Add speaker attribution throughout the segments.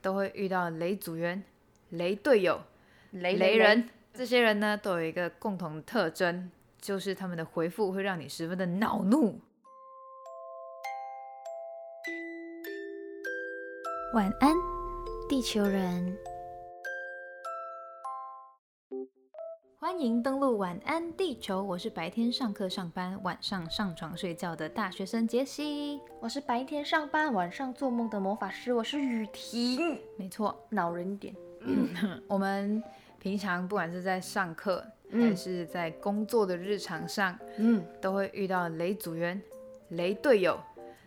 Speaker 1: 都会遇到雷组员、雷队友、
Speaker 2: 雷
Speaker 1: 雷人。这些人呢，都有一个共同的特征，就是他们的回复会让你十分的恼怒。
Speaker 2: 晚安，地球人。
Speaker 1: 欢迎登录晚安地球，我是白天上课上班，晚上上床睡觉的大学生杰西。
Speaker 2: 我是白天上班，晚上做梦的魔法师，我是雨婷。
Speaker 1: 没错，
Speaker 2: 恼人点，
Speaker 1: 我们平常不管是在上课，还是在工作的日常上，
Speaker 2: 嗯，
Speaker 1: 都会遇到雷组员、雷队友、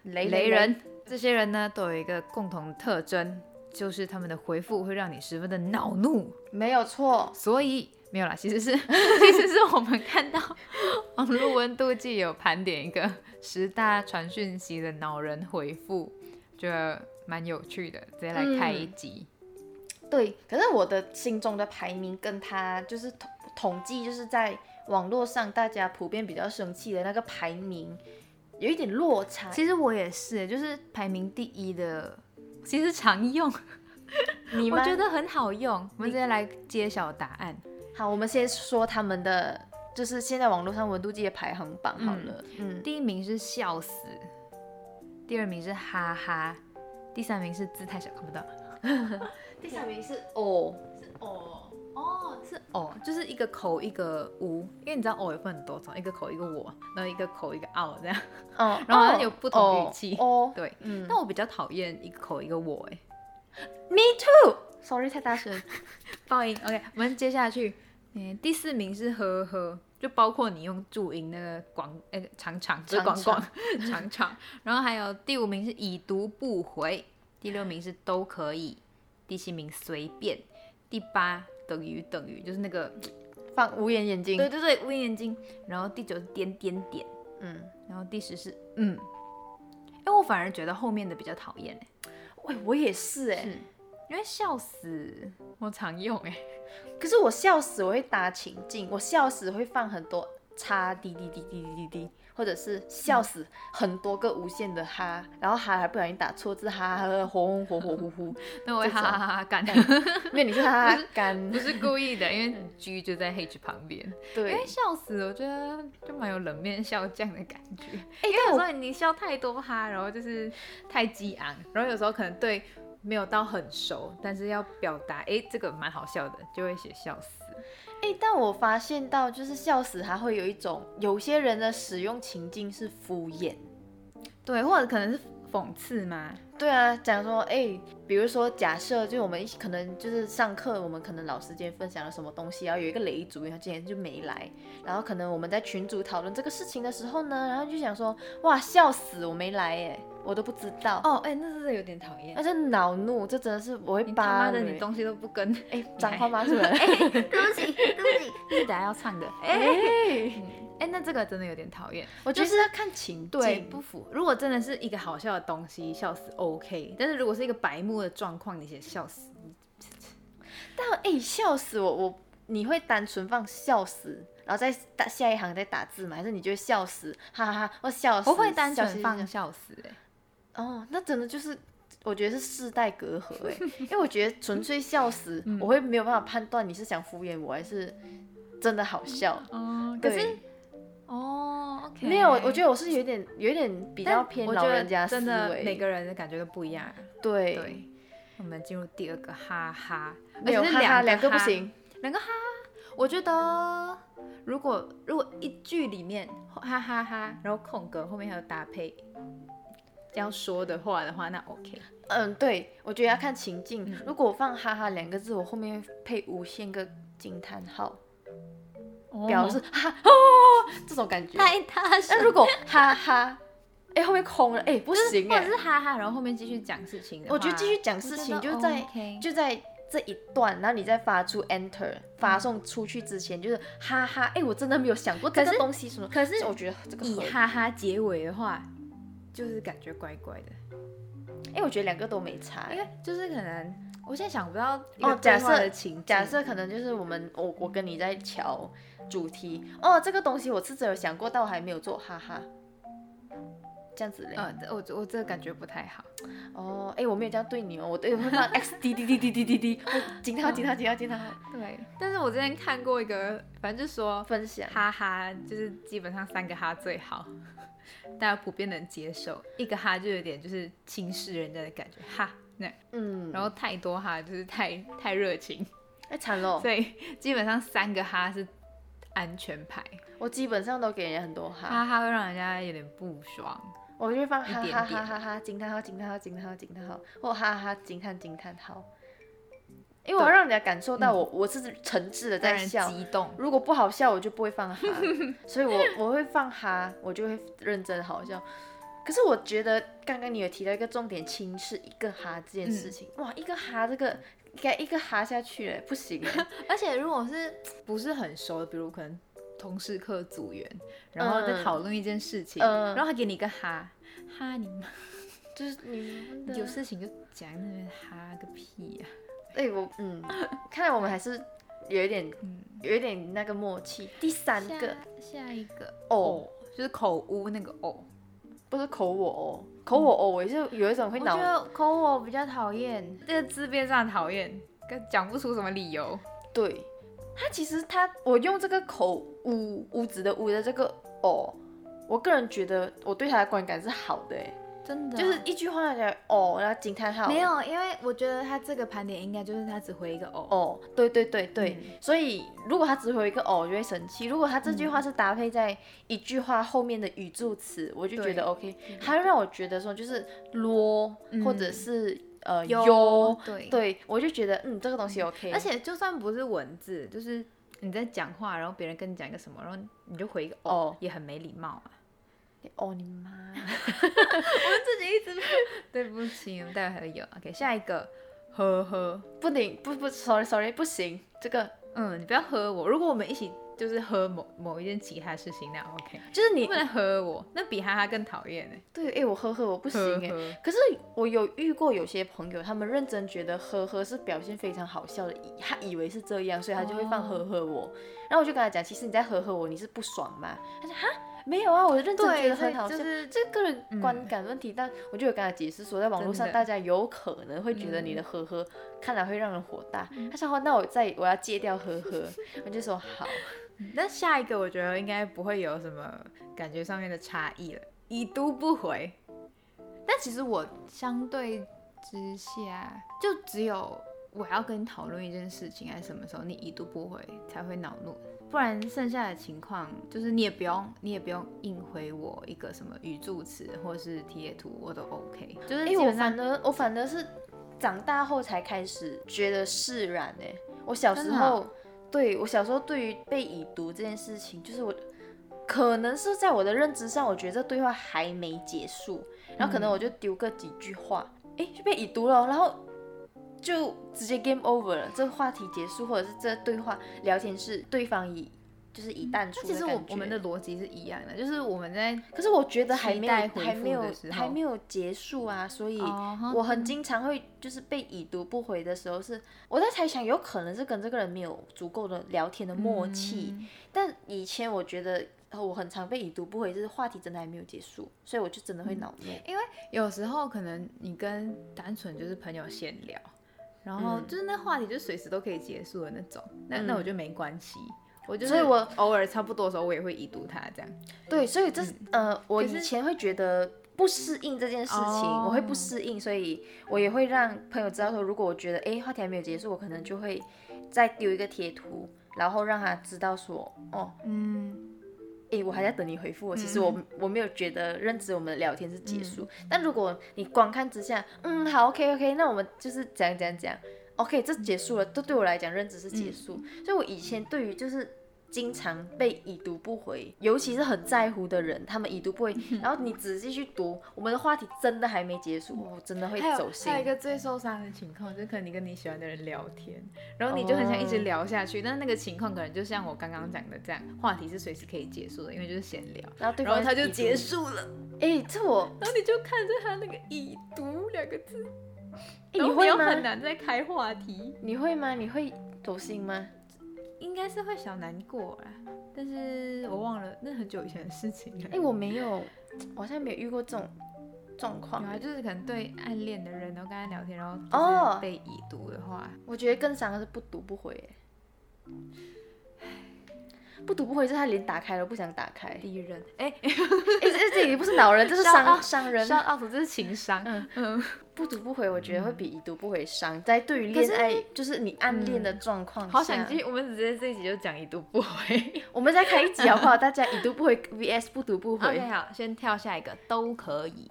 Speaker 2: 雷
Speaker 1: 雷人。这些人呢，都有一个共同的特征，就是他们的回复会让你十分的恼怒。
Speaker 2: 没有错，
Speaker 1: 所以没有啦，其实是 其实是我们看到 网络温度计有盘点一个十大传讯息的恼人回复，觉得蛮有趣的，直接来开一集。
Speaker 2: 对。可是我的心中的排名跟他就是统统计，就是在网络上大家普遍比较生气的那个排名，有一点落差。
Speaker 1: 其实我也是，欸就是排名第一的，其实常用，
Speaker 2: 你
Speaker 1: 我
Speaker 2: 们
Speaker 1: 觉得很好用。我们直接来揭晓答案。
Speaker 2: 好，我们先说他们的，就是现在网络上温度计的排行榜好了。嗯，
Speaker 1: 第一名是笑死，第二名是哈哈，第三名是字太小看不到。
Speaker 2: 第三名是哦，
Speaker 1: 哦哦，是哦，就是一个口一个无，因为你知道哦有分很多种，一个口一个我，然后一个口一个傲这样。
Speaker 2: 嗯，
Speaker 1: 然后它
Speaker 2: 哦
Speaker 1: 有不同语气
Speaker 2: 哦，
Speaker 1: 对，
Speaker 2: 嗯
Speaker 1: 但我比较讨厌一个口一个我，哎，
Speaker 2: ，Me too，sorry 太大声。
Speaker 1: 爆音。OK，我们接下去，嗯，第四名是呵呵，就包括你用注音那个广，哎、长长，就是
Speaker 2: 长
Speaker 1: 广广 长长。然后还有第五名是已读不回，第六名是都可以，第七名随便，第八等于等于就是那个，
Speaker 2: 放无眼眼睛。
Speaker 1: 对对对，无眼眼睛。然后第九是点点点。
Speaker 2: 嗯，
Speaker 1: 然后第十是嗯，哎、我反而觉得后面的比较讨厌哎，
Speaker 2: 喂，我也是哎、
Speaker 1: 因为笑死我常用哎，
Speaker 2: 可是我笑死，我会搭情境，我笑死会放很多叉滴滴滴滴滴滴滴，或者是笑死很多个无限的哈，然后哈还不小心打错字，哈哈呵火红火火呼呼，
Speaker 1: 那我会
Speaker 2: 这种
Speaker 1: 哈哈哈哈 干，
Speaker 2: 因为你是哈哈干
Speaker 1: 不，是故意的，因为 G 就在 H 旁边，因为
Speaker 2: 对，
Speaker 1: 笑死，我觉得就蛮有冷面笑匠的感觉，
Speaker 2: 哎
Speaker 1: 因为
Speaker 2: 但
Speaker 1: 有
Speaker 2: 我
Speaker 1: 时候你笑太多哈，然后就是太激昂，然后有时候可能对。没有到很熟，但是要表达，哎，这个蛮好笑的，就会写笑死。
Speaker 2: 哎，但我发现到就是笑死，它会有一种有些人的使用情境是敷衍。
Speaker 1: 对，或者可能是讽刺嘛，
Speaker 2: 对啊，讲说，哎、比如说假设，就我们一起可能就是上课，我们可能老师今天分享了什么东西，然后有一个雷主，他今天就没来，然后可能我们在群组讨论这个事情的时候呢，然后就想说，哇，笑死，我没来耶，我都不知道，
Speaker 1: 哦，
Speaker 2: 哦，
Speaker 1: 哎、那真的有点讨厌
Speaker 2: 那。真恼怒，这真的是我会
Speaker 1: 你
Speaker 2: 扒
Speaker 1: 他妈的，
Speaker 2: 你
Speaker 1: 你东西都不跟。
Speaker 2: 哎，脏话骂出 来，哎、
Speaker 1: 对不起，对不 起，这是等下要唱的。哎、哎、那这个真的有点讨厌。
Speaker 2: 我觉得是要看情境，
Speaker 1: 对，不符。如果真的是一个好笑的东西，笑死 OK。但是如果是一个白目的状况，你写笑死，
Speaker 2: 但哎、笑死我，我你会单纯放笑死。然后再打下一行再打字吗？还是你就会笑死，哈哈哈！我笑死，
Speaker 1: 不会单
Speaker 2: 笑
Speaker 1: 纯
Speaker 2: 死
Speaker 1: 放笑死、哎，
Speaker 2: 哦，那真的就是，我觉得是世代隔阂 哎，因为我觉得纯粹笑死，
Speaker 1: 嗯
Speaker 2: 我会没有办法判断你是想敷衍我还是真的好笑。
Speaker 1: 哦，可
Speaker 2: 对
Speaker 1: 是，哦，OK，
Speaker 2: 没有，我觉得我是有点有点
Speaker 1: 比
Speaker 2: 比较偏老人家思
Speaker 1: 真的
Speaker 2: 维，
Speaker 1: 每个人的感觉都不一样。啊
Speaker 2: 对
Speaker 1: 对，我们进入第二个哈哈，
Speaker 2: 没有
Speaker 1: 而且
Speaker 2: 哈
Speaker 1: 是
Speaker 2: 哈两
Speaker 1: 个
Speaker 2: 个
Speaker 1: 哈
Speaker 2: 不。行，
Speaker 1: 两个哈，我觉得如果如果一句里面哈哈哈，然后空格后面还有搭配要说的话的话，那 OK。
Speaker 2: 嗯，对，我觉得要看情境，
Speaker 1: 嗯
Speaker 2: 如果我放哈哈两个字，我后面会配无限个惊叹号，表示哈哈 哦这种感觉。
Speaker 1: 太踏实
Speaker 2: 那如果哈哈，哎后面空了，哎不行
Speaker 1: 或
Speaker 2: 哎
Speaker 1: 者，是哈哈，然后后面继续讲事情的话
Speaker 2: 我觉得继续讲事情
Speaker 1: 我觉得
Speaker 2: 就在
Speaker 1: OK
Speaker 2: 就在这一段，然后你再发出 enter 发
Speaker 1: 嗯
Speaker 2: 送出去之前，就是哈哈，哎、我真的没有想过这
Speaker 1: 可
Speaker 2: 个
Speaker 1: 是
Speaker 2: 东西什么。
Speaker 1: 可是
Speaker 2: 我觉得这个
Speaker 1: 以
Speaker 2: 合理，
Speaker 1: 哈哈结尾的话，就是感觉怪怪的，
Speaker 2: 哎、我觉得两个都没差
Speaker 1: 因。为就是可能我现在想不到一
Speaker 2: 哦
Speaker 1: 个
Speaker 2: 假
Speaker 1: 对话
Speaker 2: 设
Speaker 1: 的情境
Speaker 2: 假设可能就是我
Speaker 1: 嗯
Speaker 2: 们，我我跟你在瞧主题哦，这个东西我是真有想过，但我还没有做，哈哈。这样子嘞。
Speaker 1: 呃，我我这个感觉不太好。
Speaker 2: 哦，哎，我没有这样对你哦，我对我会放 X D D D D D D D，哦惊
Speaker 1: 嗯
Speaker 2: 叹号惊叹号惊叹惊叹号，
Speaker 1: 对，但是我之前看过一个，反正就说
Speaker 2: 分享
Speaker 1: 哈哈，就是基本上三个哈最好，大家普遍能接受。一个哈就有点就是轻视人家的感觉，哈那，
Speaker 2: 嗯，
Speaker 1: 然后太多哈就是太太热情，
Speaker 2: 哎惨了，
Speaker 1: 所以基本上三个哈是安全牌，
Speaker 2: 我基本上都给人家很多哈，
Speaker 1: 哈哈会让人家有点不爽。
Speaker 2: 我就会放哈
Speaker 1: 一
Speaker 2: 哈
Speaker 1: 点
Speaker 2: 哈
Speaker 1: 点
Speaker 2: 哈哈惊叹号惊叹号惊叹号惊叹号，或哈哈惊叹惊叹号，因为我要
Speaker 1: 对嗯
Speaker 2: 让人家感受到我我是诚挚
Speaker 1: 让
Speaker 2: 的在
Speaker 1: 人
Speaker 2: 笑。
Speaker 1: 激动，
Speaker 2: 如果不好笑，我就不会 放哈，所以我我会放哈，我就会认真好笑。可是我觉得刚刚你有提到一个重点，轻视一个哈这
Speaker 1: 嗯
Speaker 2: 件事情，哇，一个哈这个该一个哈下去了，不行 欸，
Speaker 1: 而且如果是不是很熟的，比如可能同事课组员，然后在讨论一件事情，
Speaker 2: 嗯
Speaker 1: 然后他给你一个哈哈你妈，
Speaker 2: 就是你们的
Speaker 1: 有事情就讲那边哈个屁啊呀、
Speaker 2: 哎、我嗯，看来我们还是有一点
Speaker 1: 嗯，
Speaker 2: 有一点那个默契。第三个
Speaker 1: 下下一个
Speaker 2: 哦，
Speaker 1: 就是口误那个哦，
Speaker 2: 不是口我哦，口我哦，我就有一种会
Speaker 1: 我
Speaker 2: 脑
Speaker 1: 觉得口我比较讨厌，这个字面上讨厌，跟讲不出什么理由，
Speaker 2: 对，它其实它我用这个口污污子的污的这个哦，我个人觉得我对它的观感是好的哎，
Speaker 1: 真的
Speaker 2: 就是一句话来哦，然后惊叹号
Speaker 1: 嗯没有，因为我觉得他这个盘点应该就是他只回一个哦，
Speaker 2: 哦，对对对对，
Speaker 1: 嗯
Speaker 2: 所以如果他只回一个哦，我就会生气。如果他这句
Speaker 1: 嗯
Speaker 2: 话是搭配在一句话后面的语助词，我就觉
Speaker 1: 对
Speaker 2: 得 OK。他让我觉得说就是咯，
Speaker 1: 嗯
Speaker 2: 或者是呃
Speaker 1: 哟
Speaker 2: 哟，
Speaker 1: 对
Speaker 2: 对我就觉得嗯这个东西 OK。
Speaker 1: 而且就算不是文字，就是你在讲话，然后别人跟你讲一个什么，然后你就回一个哦，
Speaker 2: 哦
Speaker 1: 也很没礼貌啊。
Speaker 2: 哦你妈，
Speaker 1: 我自己一直 对不起，我们待会还会有。OK，下一个呵呵，
Speaker 2: 不顶不不，sorry sorry，不行，这个
Speaker 1: 嗯，你不要呵我。如果我们一起就是呵某某一件其他事情，那 OK。
Speaker 2: 就是
Speaker 1: 你
Speaker 2: 你
Speaker 1: 不能呵我，那比哈哈更讨厌呢。
Speaker 2: 对哎、我呵呵我不行
Speaker 1: 呵
Speaker 2: 哎、
Speaker 1: 呵，
Speaker 2: 可是我有遇过有些朋友，他们认真觉得呵呵是表现非常好笑的，以他以为是这样，所以他就会放
Speaker 1: 哦
Speaker 2: 呵呵我。然后我就跟他讲，其实你在呵呵我，你是不爽吗？他说哈没有啊，我认真觉得
Speaker 1: 所以
Speaker 2: 很好笑。
Speaker 1: 就是
Speaker 2: 这个人
Speaker 1: 嗯
Speaker 2: 观感问题，但我就有跟他解释说，在网络上
Speaker 1: 真的嗯
Speaker 2: 大家有可能会觉得你的呵呵看来会让人火大。他说好，那我再我要戒掉呵 呵，我就说好。
Speaker 1: 那下一个我觉得应该不会有什么感觉上面的差异了，已读不回。但其实我相对之下，就只有我要跟你讨论一件事情，还是什么时候你已读不回才会恼怒，不然剩下的情况就是你也不用，你也不用硬回我一个什么语助词或是贴图，我都 OK。就是
Speaker 2: 哎、
Speaker 1: 基
Speaker 2: 我
Speaker 1: 本上
Speaker 2: 反而我反而是长大后才开始觉得释然哎、我小时
Speaker 1: 真的啊
Speaker 2: 候，对我小时候对于被已读这件事情，就是我可能是在我的认知上，我觉得这对话还没结束，然后可能
Speaker 1: 嗯
Speaker 2: 我就丢个几句话，哎、就被已读了，然后就直接 game over 了，这个话题结束，或者是这对话聊天是对方已就是已淡出
Speaker 1: 其
Speaker 2: 的
Speaker 1: 实
Speaker 2: 感
Speaker 1: 我
Speaker 2: 觉。
Speaker 1: 我们的逻辑是一样的，就是我们在
Speaker 2: 可是我觉得还没
Speaker 1: 期
Speaker 2: 有
Speaker 1: 待回复
Speaker 2: 还没有
Speaker 1: 的时候
Speaker 2: 还没有结束啊，所以
Speaker 1: 哦哈
Speaker 2: 我很经常会就是被已读不回的时候是，我在猜想有可能是跟这个人没有足够的聊天的默契，
Speaker 1: 嗯
Speaker 2: 但以前我觉得呃我很常被已读不回，就是话题真的还没有结束，所以我就真
Speaker 1: 嗯
Speaker 2: 的会恼怒。
Speaker 1: 有时候可能你跟单纯就是朋友闲聊，然后
Speaker 2: 嗯
Speaker 1: 就是那话题就随时都可以结束的那种，那那我就没关系。嗯我就是
Speaker 2: 所以我
Speaker 1: 偶尔差不多的时候，我也会已读他这样。
Speaker 2: 对，所以这是、呃，我
Speaker 1: 嗯可
Speaker 2: 以
Speaker 1: 是
Speaker 2: 前会觉得不适应这件事情，
Speaker 1: 哦
Speaker 2: 我会不适应，所以我也会让朋友知道说，如果我觉得诶话题还没有结束，我可能就会再丢一个贴图，然后让他知道说，哦，
Speaker 1: 嗯，
Speaker 2: 诶，我还在等你回复哦我。其实
Speaker 1: 嗯
Speaker 2: 我我没有觉得认知我们的聊天是结束，但如果你光看之下，嗯，好，OK OK，那我们就是讲讲讲，OK，这结束了，这对我来讲认知是
Speaker 1: 嗯
Speaker 2: 结束。所以我以前对于就是。经常被已读不回，尤其是很在乎的人，他们已读不回，
Speaker 1: 嗯
Speaker 2: 然后你仔细去读，我们的话题真的还没结束，我真的会
Speaker 1: 还有
Speaker 2: 走心
Speaker 1: 还有一。个最受伤的情况，就是可能你跟你喜欢的人聊天，然后你就很想一直
Speaker 2: 哦
Speaker 1: 聊下去，但是那个情况可能就像我刚刚讲的这样，话题是随时可以结束的，因为就是闲聊，
Speaker 2: 然后对
Speaker 1: 然
Speaker 2: 方
Speaker 1: 后他就结
Speaker 2: 束。
Speaker 1: 束了，
Speaker 2: 哎，这我
Speaker 1: 然后你就看着他那个“已读”两个字，
Speaker 2: 哎，
Speaker 1: 然
Speaker 2: 你
Speaker 1: 后你
Speaker 2: 会
Speaker 1: 又很
Speaker 2: 吗？
Speaker 1: 难再开话题。
Speaker 2: 你会吗？你会走心吗？
Speaker 1: 应该是会小难过啦，但是我忘了那很久以前的事情了。
Speaker 2: 嗯哎，我没有，我好像没有遇过这种状况
Speaker 1: 有。啊，就是可能对暗恋的人，然后跟他聊天，然后就
Speaker 2: 哦
Speaker 1: 是被已读的话，
Speaker 2: 我觉得更伤的是不读不回耶，不读不回是他连打开都不想打 开。
Speaker 1: 第一人，哎、
Speaker 2: 哎、这这也不是恼人，这是
Speaker 1: Shout
Speaker 2: 伤
Speaker 1: out
Speaker 2: 伤人。啊
Speaker 1: 上奥斯这是情商，
Speaker 2: 嗯不读不回，我觉得
Speaker 1: 嗯
Speaker 2: 会比已读不回伤。在对于恋爱，就是你暗恋的状况下，
Speaker 1: 嗯好想继续，我们直接这一集就讲已读不回。
Speaker 2: 我们再开一集好不好？大家已读不回 vs 不读 不
Speaker 1: OK，
Speaker 2: 回，
Speaker 1: 好，先跳下一个都可以。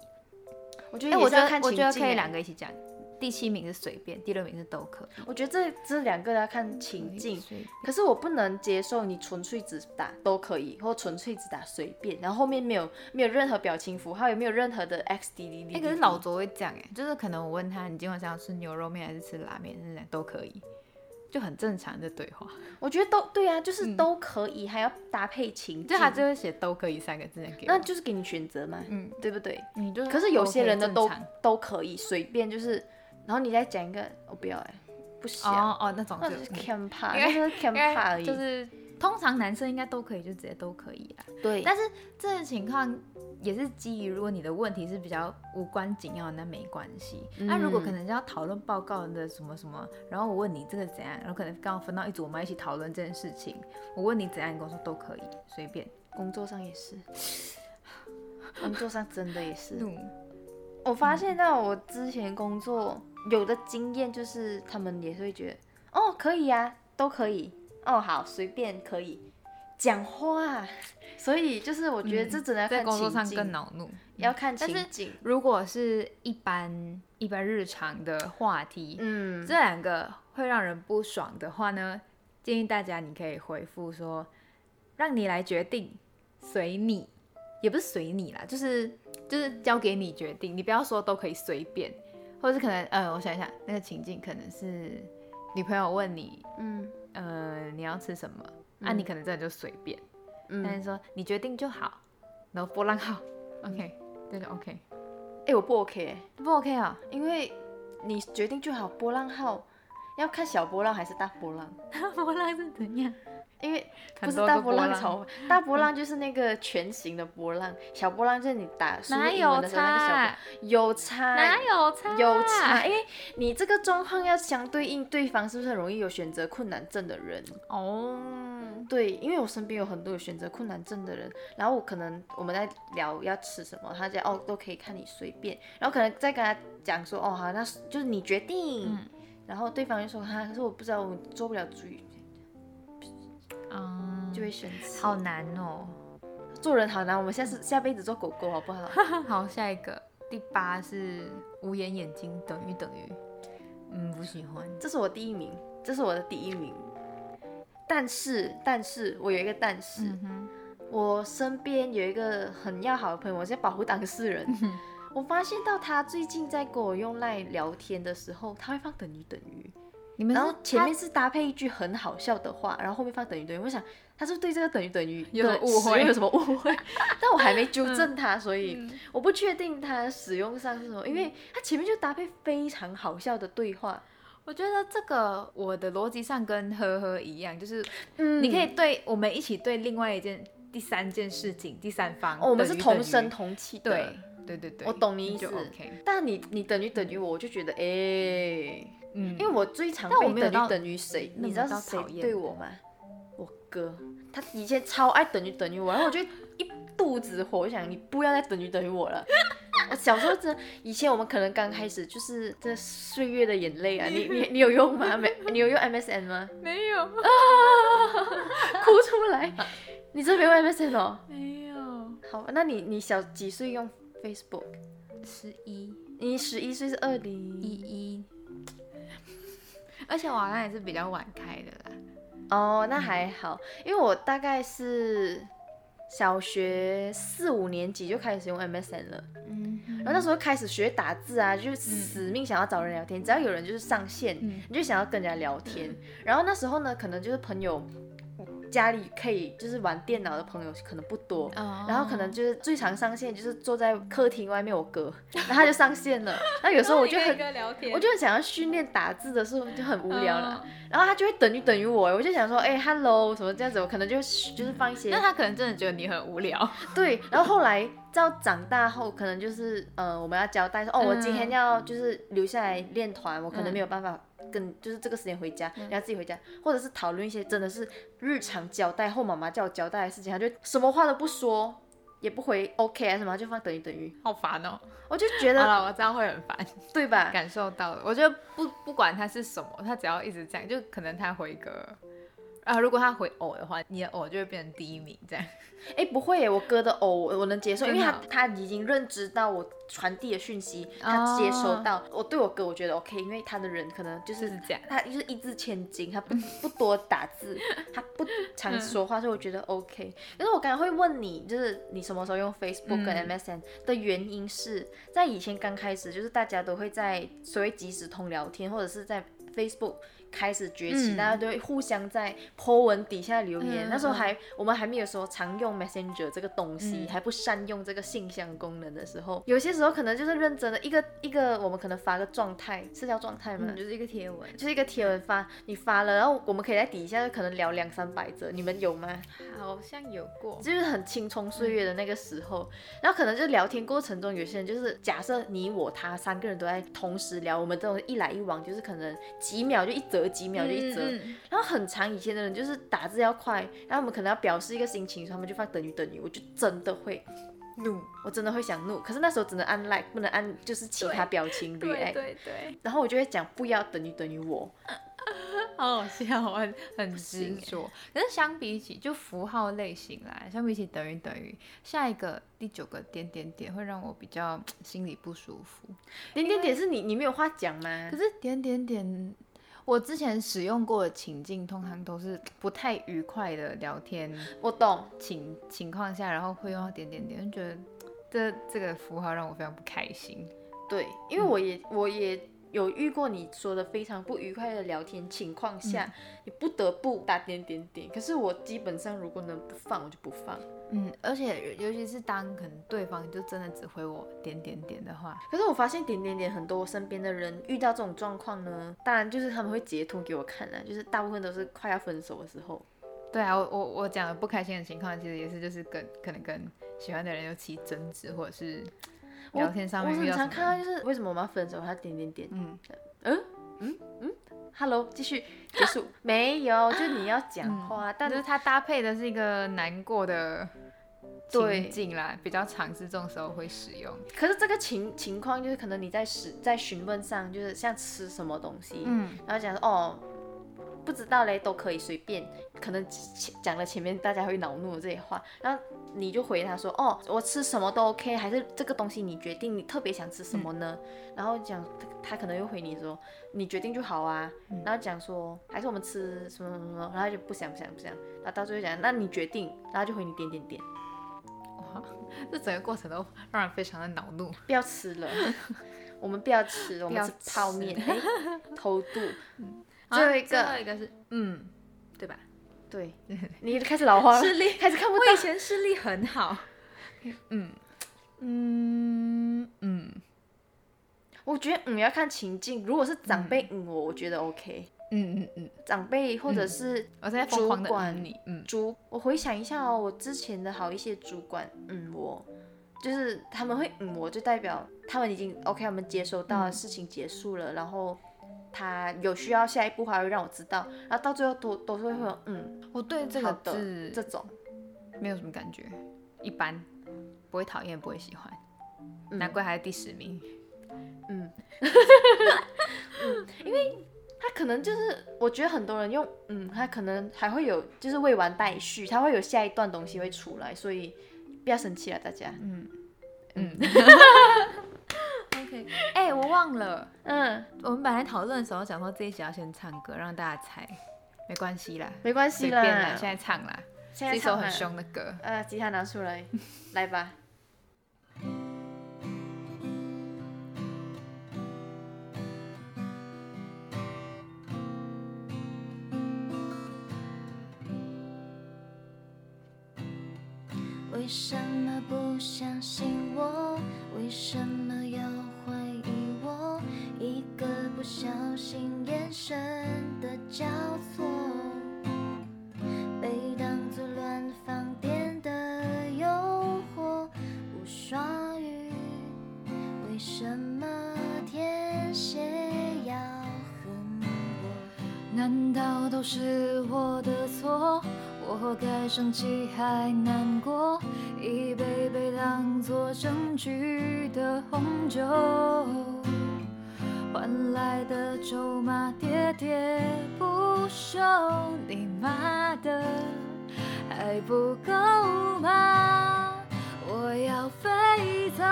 Speaker 2: 我觉
Speaker 1: 哎、
Speaker 2: 得也
Speaker 1: 我
Speaker 2: 是
Speaker 1: 觉
Speaker 2: 要
Speaker 1: 得
Speaker 2: 看
Speaker 1: 我
Speaker 2: 情
Speaker 1: 觉
Speaker 2: 境。欸
Speaker 1: 得可以两，个一起讲。第七名是随便，第六名是都可以。
Speaker 2: 我觉得这这两个要看情境。
Speaker 1: 随
Speaker 2: 可是我不能接受你纯粹只打都可以，或纯粹只打随便，然后后面没有没有任何表情符号，也没有任何的 X D D D。
Speaker 1: 哎、可是老卓会这样哎，就是可能我问他你今晚想要吃牛肉面还是吃拉面，他讲都可以，就很正常的对话。
Speaker 2: 我觉得都对啊，就是都
Speaker 1: 嗯
Speaker 2: 可以，还要搭配情
Speaker 1: 就
Speaker 2: 境，
Speaker 1: 他啊就会写都可以三个字给我
Speaker 2: 那就是给你选择嘛，
Speaker 1: 嗯，
Speaker 2: 对不对？
Speaker 1: 你就
Speaker 2: 可是有些人的都
Speaker 1: OK，正
Speaker 2: 都可以随便，就是，然后你再讲一个，我不要哎、不
Speaker 1: 常
Speaker 2: 想，
Speaker 1: 哦哦那种
Speaker 2: 那
Speaker 1: 就
Speaker 2: 就是
Speaker 1: 嗯
Speaker 2: can 怕，
Speaker 1: 因为
Speaker 2: 那就是 can
Speaker 1: 因
Speaker 2: 怕而
Speaker 1: 为
Speaker 2: 已，
Speaker 1: 就是通常男生应该都可以，就直接都可以啦。
Speaker 2: 对。
Speaker 1: 但是这个情况也是基于，如果你的问题是比较无关紧要的，那没关系。
Speaker 2: 嗯
Speaker 1: 那、如果可能是要讨论报告的什么什么，然后我问你这个怎样，然后可能刚好分到一组，我们要一起讨论这件事情。我问你怎样，你跟我说都可以，随便。
Speaker 2: 工作上也 是，工作上真的也是。
Speaker 1: 嗯，
Speaker 2: 我发现到我之前工作有的经验，就是他们也是会觉得，哦，可以啊，都可以，哦，好，随便可以讲话啊、所以就是我觉得这真的要
Speaker 1: 嗯
Speaker 2: 看
Speaker 1: 在工作上
Speaker 2: 情境
Speaker 1: 更恼怒，
Speaker 2: 要看
Speaker 1: 但是
Speaker 2: 情景。
Speaker 1: 如果是一般一般日常的话题，
Speaker 2: 嗯，
Speaker 1: 这两个会让人不爽的话呢，建议大家你可以回复说，让你来决定，随你，也不是随你啦，就是就是交给你决定，你不要说都可以随便，或者是可能呃，我想一想，那个情境可能是女朋友问你，
Speaker 2: 嗯
Speaker 1: 呃，你要吃什么？啊，你可能真的就随便，
Speaker 2: 嗯，
Speaker 1: 但
Speaker 2: 哎、
Speaker 1: 是说你决定就好，然后波浪号，OK，这就 OK，
Speaker 2: 我不 OK，欸
Speaker 1: 不 OK 啊、
Speaker 2: 因为你决定就好。波浪号要看小波浪还是大波浪，
Speaker 1: 波浪是怎样？
Speaker 2: 因为
Speaker 1: 很
Speaker 2: 不是
Speaker 1: 多
Speaker 2: 大
Speaker 1: 个
Speaker 2: 波
Speaker 1: 波
Speaker 2: 浪
Speaker 1: 浪嗯
Speaker 2: 潮，大波浪就是那个全形的波浪，小波浪就是你打输入
Speaker 1: 哪
Speaker 2: 英文
Speaker 1: 有
Speaker 2: 的时候那个小波
Speaker 1: 差
Speaker 2: 浪？。有差，
Speaker 1: 哪有哎差？
Speaker 2: 有差，因为你这个状况要相对应对方是不是很容易有选择困难症的人？
Speaker 1: 哦。
Speaker 2: 对，因为我身边有很多有选择困难症的人，然后我可能我们在聊要吃什么，他讲哦都可以看你随便，然后可能再跟他讲说哦好，那是就是你决定，
Speaker 1: 嗯
Speaker 2: 然后对方就说哈、可是我不知道我做不了主语，
Speaker 1: 嗯，
Speaker 2: 就会生气。
Speaker 1: 好难哦。
Speaker 2: 做人好难，我们下次下辈子做狗狗好不好？
Speaker 1: 好，下一个第八是无眼眼睛等于等于，嗯，不喜欢。
Speaker 2: 这是我第一名，这是我的第一名。但是但是我有一个但是，
Speaker 1: 嗯哼，
Speaker 2: 我身边有一个很要好的朋友，我在保护当事人。
Speaker 1: 嗯
Speaker 2: 我发现到他最近在跟我用赖聊天的时候，他会放等于等于，
Speaker 1: 你们
Speaker 2: 然
Speaker 1: 是
Speaker 2: 后前面
Speaker 1: 他
Speaker 2: 是搭配一句很好笑的话，然后后面放等于等于。我想他是不是对这个等于等于
Speaker 1: 有
Speaker 2: 的
Speaker 1: 什么误会嗯
Speaker 2: 使用有什么 误会？但我还没纠正他，所以我不确定他使用上是什么，因为他前面就搭配非常好笑的对话。
Speaker 1: 我觉得这个我的逻辑上跟呵呵一样，就是
Speaker 2: 嗯
Speaker 1: 你可以对我们一起对另外一件第三件事情第三方等于等于，
Speaker 2: 哦，我们是同声同气的。
Speaker 1: 对。对对对，
Speaker 2: 我懂你意
Speaker 1: 就
Speaker 2: 思
Speaker 1: OK，
Speaker 2: 但你你等于等于我，我就觉得哎、
Speaker 1: 嗯，
Speaker 2: 因为我最常
Speaker 1: 但我没
Speaker 2: 被
Speaker 1: 有
Speaker 2: 等
Speaker 1: 到
Speaker 2: 于等于谁，
Speaker 1: 那么
Speaker 2: 你知道
Speaker 1: 到
Speaker 2: 是谁
Speaker 1: 讨厌
Speaker 2: 对我吗？我哥，他以前超爱等于等于我，然后我就一肚子火，我就想你不要再等于等于我了。 我小时候真的，以前我们可能刚开始就是这岁月的眼泪啊，你你你有用吗？没，你有用 MSN 吗？
Speaker 1: 没有
Speaker 2: 哭出来，你真的没用 MSN 哦？
Speaker 1: 没有
Speaker 2: 好，那你你小几岁用 Facebook？
Speaker 1: 十一。
Speaker 2: 你十一岁是二零
Speaker 1: 一一，而且我好像也是比较晚开的啦。
Speaker 2: 哦，
Speaker 1: 嗯
Speaker 2: 那还好，因为我大概是小学四五年级就开始用 MSN 了，
Speaker 1: 嗯
Speaker 2: 然后那时候开始学打字啊，就死命想要找人聊天，只要有人就是上线，
Speaker 1: 嗯
Speaker 2: 你就想要跟人家聊天。然后那时候呢，可能就是朋友。家里可以就是玩电脑的朋友可能不多，
Speaker 1: 哦
Speaker 2: 然后可能就是最常上线就是坐在客厅外面我 哥，然后他就上线了。那有时候我就很，
Speaker 1: 聊天
Speaker 2: 我就很想要训练打字的时候就很无聊了，
Speaker 1: 嗯
Speaker 2: 然后他就会等于等于我，我就想说，哎、h e l l o 什么这样子，我可能就就是放一些
Speaker 1: 那他可能真的觉得你很无聊，
Speaker 2: 对，然后后来到长大后，可能就是呃，我们要交代说，哦，我今天
Speaker 1: 嗯
Speaker 2: 要就是留下来练团，我可能
Speaker 1: 嗯
Speaker 2: 没有办法跟就是这个时间回家，然后自己回家，或者是讨论一些真的是日常交代后妈妈叫我交代的事情，他就什么话都不说，也不回 OK 啊什么，就放等于等于，
Speaker 1: 好烦哦。
Speaker 2: 我就觉
Speaker 1: 好
Speaker 2: 得
Speaker 1: 了，我知道会很烦，
Speaker 2: 对吧？
Speaker 1: 感受到了。我觉得不不管他是什么，他只要一直这样，就可能他回个。啊，如果他回偶的话，你的偶就会变成第一名这样。
Speaker 2: 哎，不会耶，我哥的偶我我能接受，因
Speaker 1: 真
Speaker 2: 为
Speaker 1: 的
Speaker 2: 他
Speaker 1: 哦
Speaker 2: 他已经认知到我传递的讯息，他接收
Speaker 1: 哦
Speaker 2: 到。我对我哥我觉得 OK，因为他的人可能就是
Speaker 1: 就是这样
Speaker 2: 他就是一字千金，他不 不多打字，他不常
Speaker 1: 嗯
Speaker 2: 说话，所以我觉得 OK。但是我刚才会问你，就是你什么时候用 Facebook 跟
Speaker 1: 嗯
Speaker 2: MSN 的原因是在以前刚开始，就是大家都会在所谓即时通聊天，或者是在 Facebook。开始崛起，
Speaker 1: 嗯
Speaker 2: 大家都会互相在 po 文底下留言。
Speaker 1: 嗯
Speaker 2: 那时候
Speaker 1: 嗯
Speaker 2: 还我们还没有说常用 Messenger 这个东西，
Speaker 1: 嗯
Speaker 2: 还不善用这个信箱功能的时候，有些时候可能就是认真的一个一个，我们可能发个状态，是叫状态吗？
Speaker 1: 嗯就是一个贴文，
Speaker 2: 就是一个贴文发，你发了，然后我们可以在底下可能聊两三百折，你们有吗？
Speaker 1: 好像有过。
Speaker 2: 就是很青葱岁月的那个时候，然后可能就聊天过程中，有些人就是假设你我他三个人都在同时聊，我们这种一来一往，就是可能几秒就一折，几秒就一折，
Speaker 1: 嗯
Speaker 2: 然后很长以前的人就是打字要快，然后我们可能要表示一个心情，所以他们就放等于等于，我就真的会，
Speaker 1: 怒，
Speaker 2: 我真的会想怒。可是那时候只能按 like，不能按就是其他表情 react。
Speaker 1: 对对，
Speaker 2: 然后我就会讲不要等于等于我，
Speaker 1: 好好笑，我很很执
Speaker 2: 行
Speaker 1: 着。可是相比起就符号类型来，相比起等于等于，下一个第九个点点点会让我比较心里不舒服。
Speaker 2: 点点点是你你没有话讲吗
Speaker 1: 可？是点点点，我之前使用过的情境通常都是不太愉快的聊天
Speaker 2: 我懂，
Speaker 1: 情情况下，然后会用到点点点，就觉得这这个符号让我非常不开心。
Speaker 2: 对，因为我
Speaker 1: 嗯
Speaker 2: 也、我也有遇过你说的非常不愉快的聊天情况下，
Speaker 1: 嗯
Speaker 2: 你不得不打点点点。可是我基本上如果能不放我就不放。
Speaker 1: 嗯，而且尤其是当可能对方就真的只回我点点点的话，
Speaker 2: 可是我发现点点点很多我身边的人遇到这种状况呢，当然就是他们会截图给我看啊，就是大部分都是快要分手的时候。
Speaker 1: 对啊，我我我讲的不开心的情况，其实也是就是跟可能跟喜欢的人有起争执，或者是
Speaker 2: 我
Speaker 1: 聊天上面
Speaker 2: 我
Speaker 1: 遇
Speaker 2: 很
Speaker 1: 到什
Speaker 2: 常
Speaker 1: 么，
Speaker 2: 看到就是为什么我们要分手，他点点点。
Speaker 1: 嗯，
Speaker 2: Hello，继续 结束没有？就你要讲话，啊但
Speaker 1: 但是它搭配的是一个难过的
Speaker 2: 对
Speaker 1: 情境啦，比较常是这种时候会使用。
Speaker 2: 可是这个情情况就是可能你在使在询问上，就是像吃什么东西，
Speaker 1: 嗯，
Speaker 2: 然后讲说哦，不知道嘞，都可以随便。可能前讲了前面大家会恼怒的这些话，然后你就回他说哦，我吃什么都 OK，还是这个东西你决定，你特别想吃什么呢？
Speaker 1: 嗯
Speaker 2: 然后讲他可能又回你说你决定就好啊，
Speaker 1: 嗯
Speaker 2: 然后讲说还是我们吃什么什么什么，然后就不想不想不想，然后到最后讲那你决定，然后就回你点点点，
Speaker 1: 哇，这整个过程都让人非常的恼怒。
Speaker 2: 不要吃 了。我们不要吃，我
Speaker 1: 不
Speaker 2: 们
Speaker 1: 要
Speaker 2: 吃泡
Speaker 1: 吃
Speaker 2: 面，哎，偷渡。
Speaker 1: 好
Speaker 2: 啊最后一个
Speaker 1: 最后一个是嗯，对吧？
Speaker 2: 对，你开始老花了
Speaker 1: 视力，
Speaker 2: 开始看不到
Speaker 1: 我以前视力很好。 嗯嗯嗯
Speaker 2: 我觉得嗯要看情境，如果是长辈嗯我，我觉得 OK。
Speaker 1: 嗯嗯嗯，
Speaker 2: 长辈或者是
Speaker 1: 我在疯狂的
Speaker 2: 主管
Speaker 1: 你，嗯
Speaker 2: 主，我回想一下哦，我之前的好一些主管嗯我，就是他们会嗯我，就代表他们已经 OK，他们接收到
Speaker 1: 嗯
Speaker 2: 了事情结束了，然后。他有需要下一步还会让我知道，然后到最后都都是会有嗯
Speaker 1: 我对这
Speaker 2: 好
Speaker 1: 个
Speaker 2: 的
Speaker 1: 字
Speaker 2: 这种，
Speaker 1: 没有什么感觉，一般，不会讨厌，不会喜欢，
Speaker 2: 嗯
Speaker 1: 难怪还是第十名。
Speaker 2: 他可能就是我觉得很多人用嗯，他可能还会有就是未完待续，他会有下一段东西会出来，所以不要生气啊了大家。
Speaker 1: 嗯，OK，哎、 我忘了，
Speaker 2: 嗯，
Speaker 1: 我们本来讨论的时候想说这一集要先唱歌，让大家猜，没关系啦，
Speaker 2: 没关
Speaker 1: 随
Speaker 2: 系
Speaker 1: 便
Speaker 2: 啦，
Speaker 1: 啦，现在唱啦，
Speaker 2: 现在
Speaker 1: 这首
Speaker 2: 唱
Speaker 1: 很
Speaker 2: 吧。
Speaker 1: 凶的歌，
Speaker 2: 呃，吉他拿出 来，来吧。
Speaker 3: 为什么不相信我？为什么要怀疑我？一个不小心，眼神的交错，被当作乱放电的诱惑，无双语。为什么天蝎要恨我？难道都是我的错？我该生气还难过，一杯杯当作证据的红酒，换来的咒骂喋喋不休。你妈的，还不够吗？我要飞走，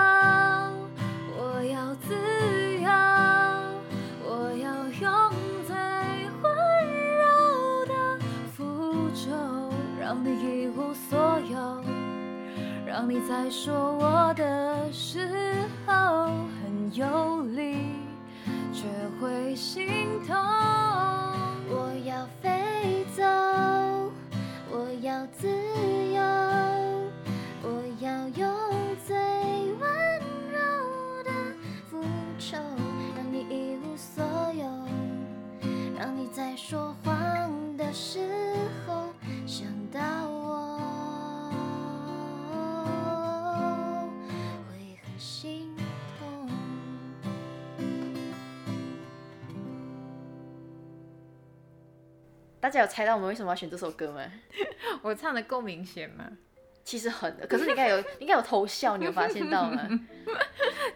Speaker 3: 我要自由，我要用最温柔的符咒，让你一无所有，让你在说我的时候很有理，却会心痛。我要飞走，我要自由。我要用最温柔的复仇，让你一无所有，让你在说谎的时候想到我，会很心痛。
Speaker 2: 大家有猜到我们为什么要选这首歌吗？
Speaker 1: 我唱的够明显吗？
Speaker 2: 其实很的，可是你应该有，你应该有偷笑，你有发现到吗？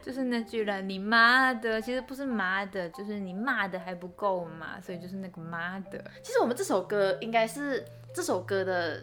Speaker 1: 就是那句了，你妈的，其实不是妈的，就是你骂的还不够嘛，所以就是那个妈的。
Speaker 2: 其实我们这首歌应该是这首歌的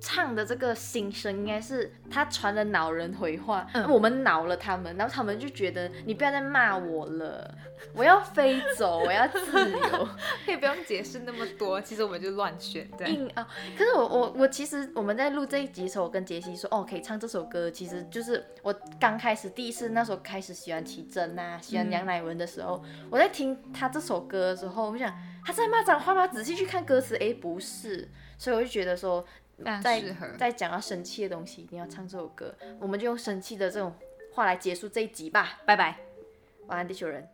Speaker 2: 唱的这个心声，应该是他传了恼人回话，
Speaker 1: 嗯
Speaker 2: 我们恼了他们，然后他们就觉得你不要再骂我了，我要飞走，我要自由。
Speaker 1: 可以不用解释那么多，其实我们就乱选这样。
Speaker 2: 硬啊！可是我我我其实我们在录这一集的时候，我跟杰西说，哦，可以唱这首歌，其实就是我刚开始第一次那时候开始喜欢奇珍啊，喜欢
Speaker 1: 嗯
Speaker 2: 杨乃文的时候，我在听他这首歌的时候，我就想他在骂脏话吗？仔细去看歌词，诶，不是，所以我就觉得说，
Speaker 1: 非常
Speaker 2: 在
Speaker 1: 适合
Speaker 2: 在讲到生气的东西，一定要唱这首歌，我们就用生气的这种话来结束这一集吧。
Speaker 1: 拜拜。
Speaker 2: 晚安，地球人。